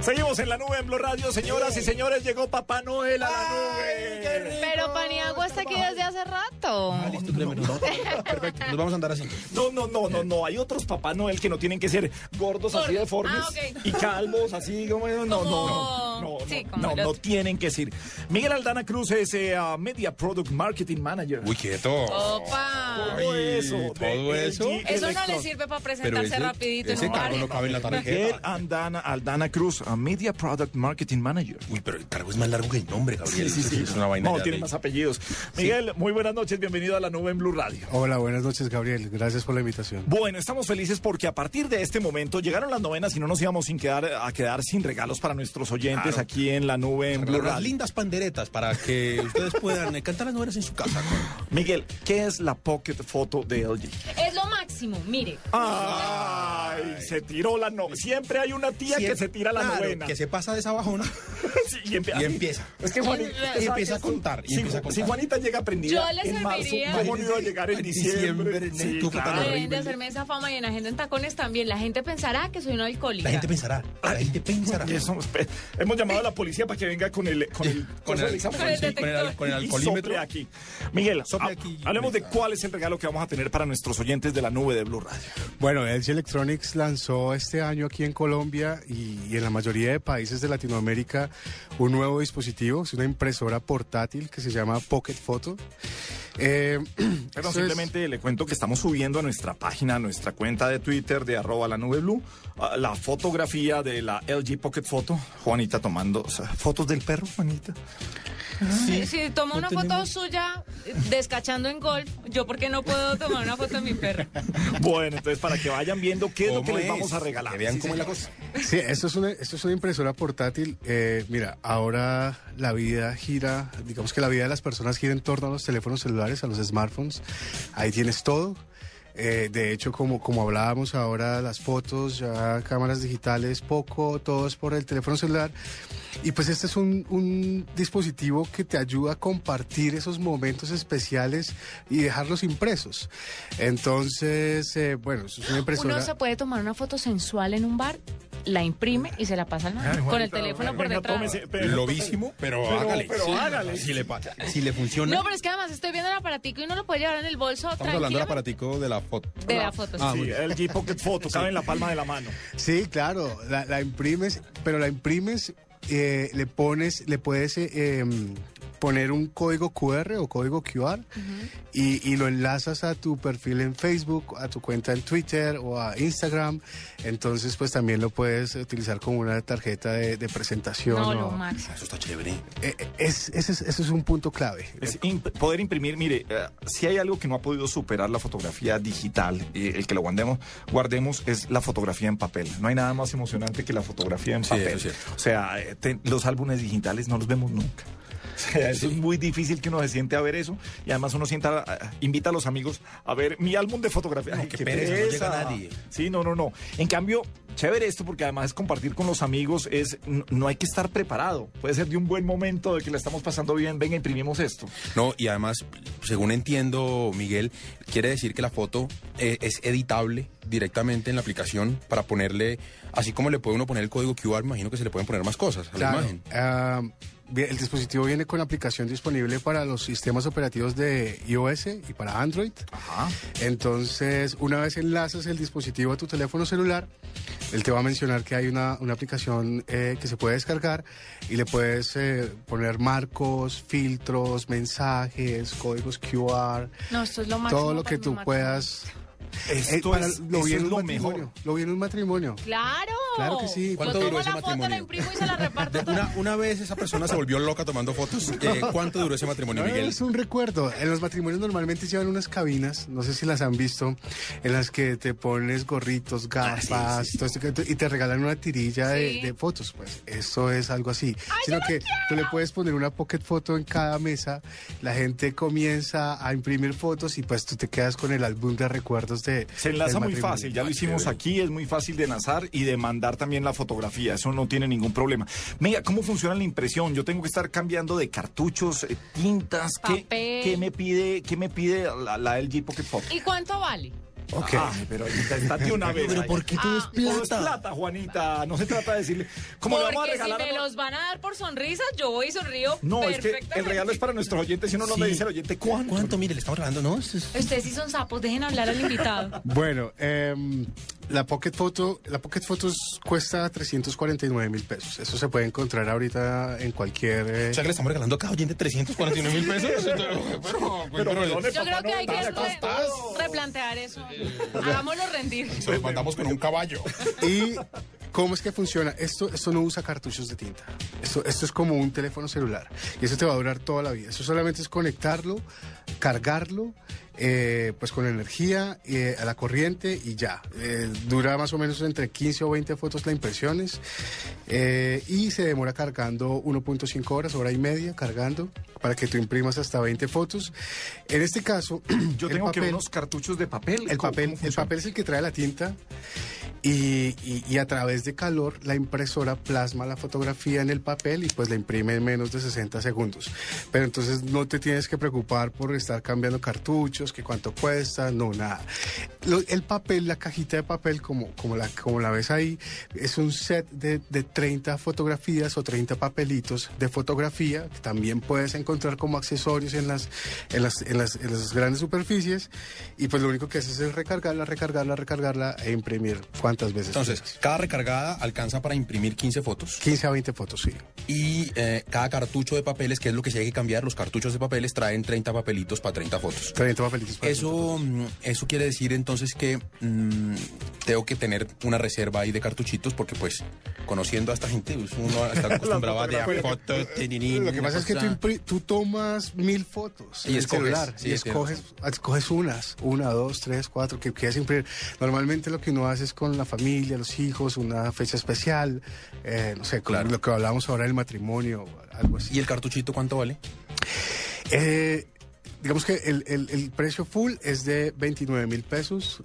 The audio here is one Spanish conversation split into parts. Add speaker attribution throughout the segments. Speaker 1: Seguimos en la nube en Blue Radio, señoras y señores, llegó Papá Noel a la nube.
Speaker 2: Pero Paniagua está aquí desde hace rato.
Speaker 3: Ah, listo, créeme, nos vamos- Perfecto, nos vamos a andar así.
Speaker 1: No, no, no, no, no. Hay otros Papá Noel que no tienen que ser gordos así deformes
Speaker 4: Ah, ok.
Speaker 1: y calvos así. como- No, no, no.
Speaker 4: Como-
Speaker 1: No, no,
Speaker 4: sí,
Speaker 1: no,
Speaker 4: como
Speaker 1: no,
Speaker 4: el otro.
Speaker 1: no tienen que ser. Miguel Aldana Cruz es eh, ah, Media Product Marketing Manager.
Speaker 5: Uy, quieto.
Speaker 4: Oh, Opa.
Speaker 1: todo
Speaker 5: Ay,
Speaker 1: eso. de
Speaker 5: todo
Speaker 1: LG
Speaker 5: eso.
Speaker 4: Eso no le
Speaker 1: Electron.
Speaker 4: sirve para presentarse
Speaker 5: ese-
Speaker 4: rapidito en
Speaker 5: ese
Speaker 4: un bar.
Speaker 5: cargo no cabe en la
Speaker 1: Miguel
Speaker 5: tarjeta.
Speaker 1: Aldana, Aldana Cruz, a Media Product Marketing Manager.
Speaker 5: Uy, pero el cargo es más largo que el nombre, Gabriel. Sí, sí, sí. Es una vaina.
Speaker 1: No,
Speaker 5: ya
Speaker 1: tiene
Speaker 5: de-
Speaker 1: más apellidos. Miguel, muy buenas noches, bienvenido a la nube en Blue Radio.
Speaker 6: Hola, buenas noches, Gabriel. Gracias por la invitación.
Speaker 1: Bueno, estamos felices porque a partir de este momento llegaron las novenas y no nos íbamos sin quedar, a quedar sin regalos para nuestros oyentes
Speaker 5: Claro.
Speaker 1: aquí en la nube en Blue
Speaker 5: Las
Speaker 1: Radio.
Speaker 5: lindas panderetas para que ustedes puedan eh, cantar las novelas en su casa.
Speaker 1: Miguel, ¿qué es la pocket foto de LG?
Speaker 4: Es lo máximo, mire.
Speaker 5: Ah,
Speaker 1: Ay, se tiró la novena. Siempre hay una tía que se tira la
Speaker 5: Claro,
Speaker 1: novena.
Speaker 5: Que se pasa de esa bajona.
Speaker 1: Sí, y, empe-
Speaker 5: Y empieza.
Speaker 1: Es que Juanita
Speaker 5: Y empieza a contar, y
Speaker 1: Si,
Speaker 5: empieza a
Speaker 1: si
Speaker 5: contar.
Speaker 1: Juanita llega prendida
Speaker 4: Yo le
Speaker 1: en marzo,
Speaker 4: serviría.
Speaker 1: ¿cómo no iba a llegar en
Speaker 5: En
Speaker 1: diciembre?
Speaker 5: diciembre,
Speaker 1: Sí,
Speaker 5: tú,
Speaker 1: claro.
Speaker 5: Ay,
Speaker 4: Deben de
Speaker 5: horrible.
Speaker 4: hacerme esa fama y en Agenda en Tacones también. La gente pensará que soy una alcohólica.
Speaker 5: La gente pensará. La gente pensará.
Speaker 1: Eso, espe- hemos llamado a la policía para que venga con el con el,
Speaker 5: Con
Speaker 1: coso del
Speaker 5: el,
Speaker 1: examen.
Speaker 5: con el- con el- con el
Speaker 1: Y
Speaker 5: alcoholímetro.
Speaker 1: sople aquí. Miguel,
Speaker 5: Sople
Speaker 1: ha-
Speaker 5: aquí.
Speaker 1: hablemos de cuál es el regalo que vamos a tener para nuestros oyentes de la nube de Blue Radio.
Speaker 6: Bueno, LG Electronics lanzó este año aquí en Colombia y, y en la mayoría de países de Latinoamérica un nuevo dispositivo, es una impresora portátil que se llama Pocket Photo. Eh,
Speaker 1: Pero
Speaker 6: esto es-
Speaker 1: simplemente le cuento que estamos subiendo a nuestra página, a nuestra cuenta de Twitter de arroba la nube blue, a- la fotografía de la LG Pocket Photo. Juanita tomando o sea, fotos del perro, Juanita.
Speaker 4: Sí, Si toma una foto suya eh, descachando en golf, yo porque no puedo tomar una foto de mi perro.
Speaker 1: Bueno, entonces para que vayan viendo qué es lo que
Speaker 5: ¿Cómo
Speaker 1: les
Speaker 5: es?
Speaker 1: vamos a regalar.
Speaker 5: Que vean
Speaker 1: Sí,
Speaker 5: cómo es la
Speaker 1: señor.
Speaker 5: cosa.
Speaker 6: Sí, esto es una, esto es una impresora portátil. Eh, mira, ahora la vida gira, digamos que la vida de las personas gira en torno a los teléfonos celulares, a los smartphones. Ahí tienes todo. Eh, de hecho, como, como hablábamos ahora, las fotos, ya cámaras digitales, poco, todo es por el teléfono celular. Y pues este es un, un dispositivo que te ayuda a compartir esos momentos especiales y dejarlos impresos. Entonces, eh, bueno, es una impresora...
Speaker 4: Uno se puede tomar una foto sensual en un bar, la imprime y se la pasa
Speaker 5: Ah,
Speaker 4: al man, con el teléfono por
Speaker 1: venga,
Speaker 4: detrás.
Speaker 1: tómese. Pero-
Speaker 5: Lobísimo, pero,
Speaker 1: pero-
Speaker 5: hágale.
Speaker 1: pero
Speaker 5: Sí,
Speaker 1: hágale.
Speaker 5: Si le, pa- si le funciona.
Speaker 4: No, pero es que además estoy viendo el aparatico y uno lo puede llevar en el bolso
Speaker 5: Estamos hablando del
Speaker 4: tranquilamente.
Speaker 5: aparatico de la foto.
Speaker 4: De la foto, sí.
Speaker 5: Ah,
Speaker 1: Sí,
Speaker 5: bueno.
Speaker 1: LG Pocket Photo, cabe en la palma de la mano.
Speaker 6: Sí, claro, la, la imprimes, pero la imprimes, eh, le pones, le puedes eh, em, poner un código QR o código QR y, y lo enlazas a tu perfil en Facebook, a tu cuenta en Twitter o a Instagram. Entonces, pues también lo puedes utilizar como una tarjeta de, de presentación.
Speaker 4: No,
Speaker 6: o-
Speaker 4: lo máximo.
Speaker 5: Eso está chévere.
Speaker 6: Eh, eh, es, ese, es, ese es un punto clave.
Speaker 1: Es imp- poder imprimir, mire, eh, si hay algo que no ha podido superar la fotografía digital, eh, el que lo guardemos, guardemos es la fotografía en papel. No hay nada más emocionante que la fotografía en
Speaker 5: Sí,
Speaker 1: papel.
Speaker 5: eso es cierto.
Speaker 1: o sea, eh, te- los álbumes digitales no los vemos nunca. O sea, eso es muy difícil que uno se siente a ver eso y además uno sienta, eh, invita a los amigos a ver mi álbum de fotografía.
Speaker 5: No,
Speaker 1: Ay,
Speaker 5: qué pereza, no llega nadie.
Speaker 1: Sí, no, no, no. En cambio, chévere esto porque además es compartir con los amigos, es no, no hay que estar preparado. Puede ser de un buen momento, de que la estamos pasando bien, venga, imprimimos esto.
Speaker 5: No, y además, según entiendo, Miguel, quiere decir que la foto eh, es editable directamente en la aplicación para ponerle, así como le puede uno poner el código QR, imagino que se le pueden poner más cosas a la
Speaker 6: Claro.
Speaker 5: imagen.
Speaker 6: Ah, bien, el dispositivo viene con aplicación disponible para los sistemas operativos de iOS y para Android.
Speaker 1: Ajá.
Speaker 6: Entonces, una vez enlazas el dispositivo a tu teléfono celular, él te va a mencionar que hay una, una aplicación eh, que se puede descargar y le puedes eh, poner marcos, filtros, mensajes, códigos QR,
Speaker 4: No, esto es lo máximo.
Speaker 6: todo lo
Speaker 4: para
Speaker 6: que
Speaker 4: mi
Speaker 6: tú
Speaker 4: máximo.
Speaker 6: puedas. eh,
Speaker 1: Esto
Speaker 6: para-
Speaker 1: es
Speaker 6: lo vi
Speaker 1: eso
Speaker 6: en
Speaker 1: es
Speaker 6: un
Speaker 1: lo
Speaker 6: matrimonio,
Speaker 1: mejor.
Speaker 6: Lo vi en un matrimonio.
Speaker 4: ¡Claro!
Speaker 6: Claro que sí.
Speaker 5: ¿Cuánto
Speaker 4: Yo
Speaker 5: duró
Speaker 4: tomo
Speaker 5: ese
Speaker 4: la foto, la
Speaker 5: matrimonio?
Speaker 4: imprimo y se la reparto. a
Speaker 5: Una, una vez esa persona se volvió loca tomando fotos. Eh, ¿Cuánto duró ese matrimonio,
Speaker 6: Ah,
Speaker 5: Miguel?
Speaker 6: Es un recuerdo. En los matrimonios normalmente llevan unas cabinas, no sé si las han visto, en las que te pones gorritos,
Speaker 1: Ah,
Speaker 6: gafas, todo esto que- y te regalan una tirilla de-
Speaker 4: Sí.
Speaker 6: de, fotos. Pues eso es algo así. Sino que tú le puedes poner una pocket foto en cada mesa, la gente comienza a imprimir fotos y pues tú te quedas con el álbum de recuerdos de.
Speaker 1: Se enlaza
Speaker 6: del
Speaker 1: muy
Speaker 6: matrimonio.
Speaker 1: fácil, ya lo
Speaker 5: Ay,
Speaker 1: hicimos
Speaker 5: chévere.
Speaker 1: aquí, es muy fácil de enlazar y de mandar también la fotografía, eso no tiene ningún problema. Venga, ¿cómo funciona la impresión? Yo tengo que estar cambiando de cartuchos, eh, tintas, ¿qué,
Speaker 4: Papel.
Speaker 1: qué me pide, qué me pide la, la LG Pocket Photo?
Speaker 4: ¿Y cuánto vale?
Speaker 6: Ok.
Speaker 1: Ay, pero ahorita estate una vez.
Speaker 7: Pero ¿por qué
Speaker 5: Ah.
Speaker 7: todo es
Speaker 1: Todo es
Speaker 7: plata?
Speaker 1: plata, Juanita. No se trata de decirle. ¿Cómo le vamos a
Speaker 4: Porque si
Speaker 1: regalar a
Speaker 4: me
Speaker 1: no-
Speaker 4: los van a dar por sonrisas, yo voy y sonrío
Speaker 1: No, es que
Speaker 4: perfectamente.
Speaker 1: el regalo es para nuestros oyentes. Si uno no le
Speaker 7: Sí.
Speaker 1: dice al oyente, ¿cuánto?
Speaker 7: ¿Cuánto? Mire, le estamos regalando, ¿no? Esto es-
Speaker 4: Ustedes sí son sapos, dejen hablar al invitado.
Speaker 6: Bueno, em, la Pocket Photo, la Pocket Photos cuesta 349 mil pesos. Eso se puede encontrar ahorita en cualquier. eh,
Speaker 7: O sea que le estamos regalando a cada oyente 349 mil pesos. Pero,
Speaker 1: Pero, perdone,
Speaker 4: Yo
Speaker 1: papá
Speaker 4: creo que hay que
Speaker 1: Noel,
Speaker 4: re- replantear eso. Hagámoslo rendir.
Speaker 5: Se los mandamos con un caballo.
Speaker 6: ¿Y cómo es que funciona? Esto, esto no usa cartuchos de tinta. Esto, esto es como un teléfono celular. Y eso te va a durar toda la vida. Eso solamente es conectarlo, cargarlo, eh, pues con energía, eh, a la corriente y ya. Eh, dura más o menos entre 15 o 20 fotos las impresiones. eh, y se demora cargando 1.5 horas, hora y media cargando, para que tú imprimas hasta 20 fotos. En este caso,
Speaker 1: Yo
Speaker 6: el
Speaker 1: tengo que
Speaker 6: papel-
Speaker 1: unos cartuchos de papel.
Speaker 6: el
Speaker 1: ¿Cómo-
Speaker 6: papel,
Speaker 1: cómo
Speaker 6: el
Speaker 1: funciona?
Speaker 6: papel es el que trae la tinta y, y- y a través de calor la impresora plasma la fotografía en el papel y pues la imprime en menos de 60 segundos. Pero entonces no te tienes que preocupar por estar cambiando cartuchos, que cuánto cuesta, no, nada. Lo- el papel, la cajita de papel como, como, la, como la ves ahí, es un set de, de 30 fotografías o 30 papelitos de fotografía que también puedes encontrar como accesorios en las, en las, en las, en las grandes superficies y pues lo único que haces es recargarla, recargarla, recargarla e imprimir cuántas veces.
Speaker 5: Entonces,
Speaker 6: quieras.
Speaker 5: cada recargada alcanza para imprimir 15 fotos.
Speaker 6: 15 a 20 fotos, sí.
Speaker 5: Y eh, cada cartucho de papeles, que es lo que sí hay que cambiar, los cartuchos de papeles traen 30 papelitos para 30 fotos.
Speaker 6: 30 papelitos. para
Speaker 5: Eso, mm, eso quiere decir entonces que mm, tengo que tener una reserva ahí de cartuchitos porque pues conociendo a esta gente pues, uno está acostumbrado a de a fotos.
Speaker 6: Lo que pasa es que tú, impri- tú tomas mil fotos
Speaker 5: pues, Y
Speaker 6: en el
Speaker 5: escoges,
Speaker 6: celular
Speaker 5: sí,
Speaker 6: y
Speaker 5: tienes
Speaker 6: escoges, escoges unas, una, dos, tres, cuatro, que quieres imprimir. Normalmente lo que uno hace es con la familia, los hijos, una fecha especial, eh, no sé, con
Speaker 5: Claro.
Speaker 6: lo que hablamos ahora del matrimonio, algo así.
Speaker 5: ¿Y el cartuchito cuánto vale?
Speaker 6: Eh, digamos que el, el- el precio full es de 29 mil pesos,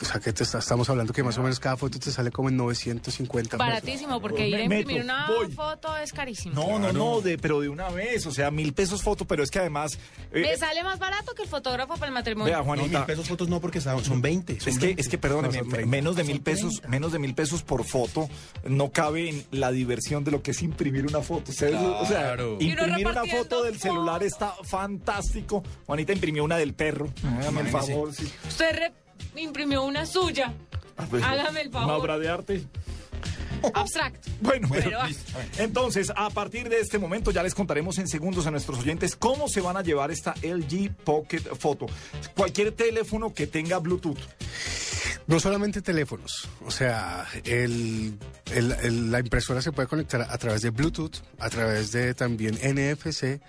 Speaker 6: o sea que te está- estamos hablando que más o menos cada foto te sale como en 950 pesos.
Speaker 4: Baratísimo, porque ir a
Speaker 1: Me
Speaker 4: imprimir
Speaker 1: meto,
Speaker 4: una
Speaker 1: voy.
Speaker 4: foto es carísimo.
Speaker 1: No, no, no, de, pero de una vez, o sea, mil pesos foto, pero es que además... eh,
Speaker 4: Me sale más barato que el fotógrafo para el matrimonio.
Speaker 1: vea,
Speaker 7: No,
Speaker 1: Juanita,
Speaker 7: mil pesos fotos no, porque son son 20. son
Speaker 1: es que,
Speaker 7: 20.
Speaker 1: es que perdóneme,
Speaker 7: No, son 30.
Speaker 1: menos de mil
Speaker 7: Son
Speaker 1: pesos,
Speaker 7: 30.
Speaker 1: menos de mil pesos por foto no cabe en la diversión de lo que es imprimir una foto. O sea, o sea,
Speaker 5: Claro.
Speaker 4: Y uno
Speaker 1: imprimir una
Speaker 4: repartiendo
Speaker 1: foto del celular está hástico. Juanita imprimió una del perro. Hágame el
Speaker 5: Imagínese.
Speaker 1: favor. sí.
Speaker 4: Usted re- imprimió una suya.
Speaker 1: Ah, pues,
Speaker 4: Hágame el favor.
Speaker 1: Una obra de arte.
Speaker 4: Abstracto.
Speaker 1: Bueno,
Speaker 4: Bueno,
Speaker 1: pero-
Speaker 4: va.
Speaker 1: entonces, a partir de este momento ya les contaremos en segundos a nuestros oyentes cómo se van a llevar esta LG Pocket Photo. Cualquier teléfono que tenga Bluetooth.
Speaker 6: No solamente teléfonos, o sea, el- el- el- la impresora se puede conectar a través de Bluetooth, a través de también NFC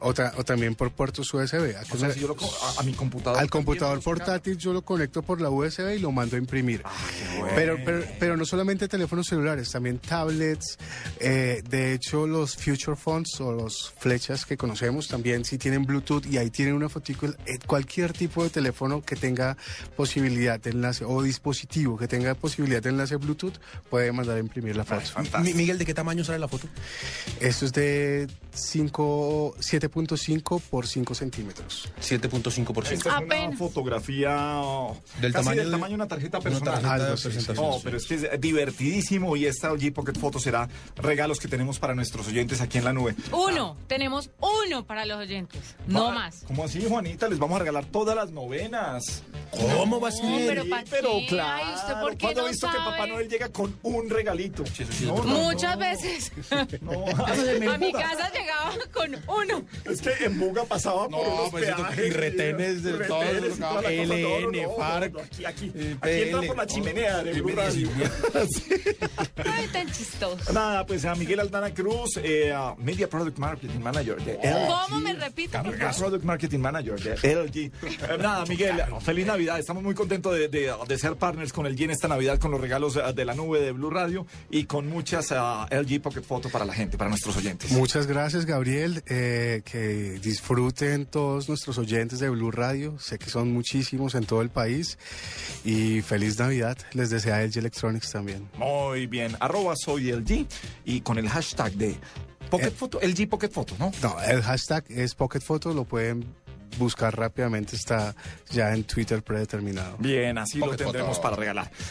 Speaker 6: o, ta- o también por puertos USB.
Speaker 1: O
Speaker 5: Pues,
Speaker 1: sea, si yo lo co- a, a mi computador.
Speaker 6: Al computador portátil yo lo conecto por la USB y lo mando a imprimir. pero, pero, pero no solamente teléfonos celulares, también tablets. eh, de hecho, los Future Fonts o los flechas que conocemos también sí tienen Bluetooth y ahí tienen una fotícula. eh, cualquier tipo de teléfono que tenga posibilidad de enlace o dispositivo que tenga posibilidad de enlace Bluetooth puede mandar a imprimir la foto.
Speaker 5: Mi- Miguel, ¿de qué tamaño sale la foto?
Speaker 6: Esto es de cinco- 7.5 por 5 centímetros.
Speaker 5: 7.5%.
Speaker 7: Ah,
Speaker 1: Esta es una
Speaker 4: Apenas.
Speaker 1: fotografía oh,
Speaker 5: Del
Speaker 1: casi
Speaker 5: tamaño
Speaker 1: del
Speaker 5: de-
Speaker 1: tamaño de una tarjeta personal.
Speaker 5: tarjeta
Speaker 6: Algo
Speaker 5: de
Speaker 6: así, sí,
Speaker 5: presentación.
Speaker 1: Oh, pero es que es divertidísimo y esta LG Pocket Photo será regalos que tenemos para nuestros oyentes aquí en la nube.
Speaker 4: Uno. Tenemos uno para los oyentes. No
Speaker 1: Va-
Speaker 4: más.
Speaker 1: ¿Cómo así, Juanita? Les vamos a regalar todas las novenas.
Speaker 7: ¿Cómo va a
Speaker 4: No,
Speaker 7: ser?
Speaker 4: pero ¿pa' qué? Ay, ¿usted por qué
Speaker 1: ¿Cuándo
Speaker 4: no
Speaker 1: ha visto que
Speaker 4: sabe?
Speaker 1: Papá Noel llega con un regalito?
Speaker 5: Sí, eso sí es
Speaker 1: No,
Speaker 5: verdad.
Speaker 1: no,
Speaker 4: Muchas
Speaker 1: no,
Speaker 4: veces.
Speaker 1: no.
Speaker 4: A mi casa llegaba con uno.
Speaker 1: Es que en Buga pasaba por
Speaker 5: No,
Speaker 1: unos
Speaker 5: pues, esto-
Speaker 1: peajes
Speaker 5: y retenes de
Speaker 1: retenes
Speaker 5: todo,
Speaker 1: y toda la cosa.
Speaker 5: LN,
Speaker 1: No, no, no,
Speaker 5: FARC,
Speaker 1: Aquí, aquí,
Speaker 5: eh,
Speaker 1: aquí entra
Speaker 5: PL,
Speaker 1: por la
Speaker 5: todo.
Speaker 1: chimenea de
Speaker 5: Qué
Speaker 1: Blue Radio. Sí.
Speaker 4: Ay, tan chistoso.
Speaker 1: Nada, pues a Miguel Aldana Cruz, eh, a Media Product Marketing Manager de LG.
Speaker 4: ¿Cómo me repito? por
Speaker 1: Media
Speaker 4: favor?
Speaker 1: Product Marketing Manager de LG. Eh, Nada, Miguel, feliz Navidad. Estamos muy contentos de, de- de ser partners con el G en esta Navidad, con los regalos eh, de la nube de Blue Radio y con muchas eh, LG Pocket Photo para la gente, para nuestros oyentes.
Speaker 6: Muchas gracias, Gabriel. Eh, que disfruten todos nuestros oyentes de Blue Radio. Sé que son muchísimos en todo el país. Y feliz Navidad. Les desea LG Electronics también.
Speaker 1: Muy bien. Arroba soy LG y con el
Speaker 6: Eh.
Speaker 1: hashtag de Pocket Photo, LG Pocket Photo, ¿no?
Speaker 6: No, el hashtag es Pocket Photo. Lo pueden
Speaker 8: buscar rápidamente está ya en Twitter predeterminado.
Speaker 6: Bien, así lo
Speaker 1: Pocket
Speaker 6: tendremos
Speaker 1: photo.
Speaker 6: para regalar.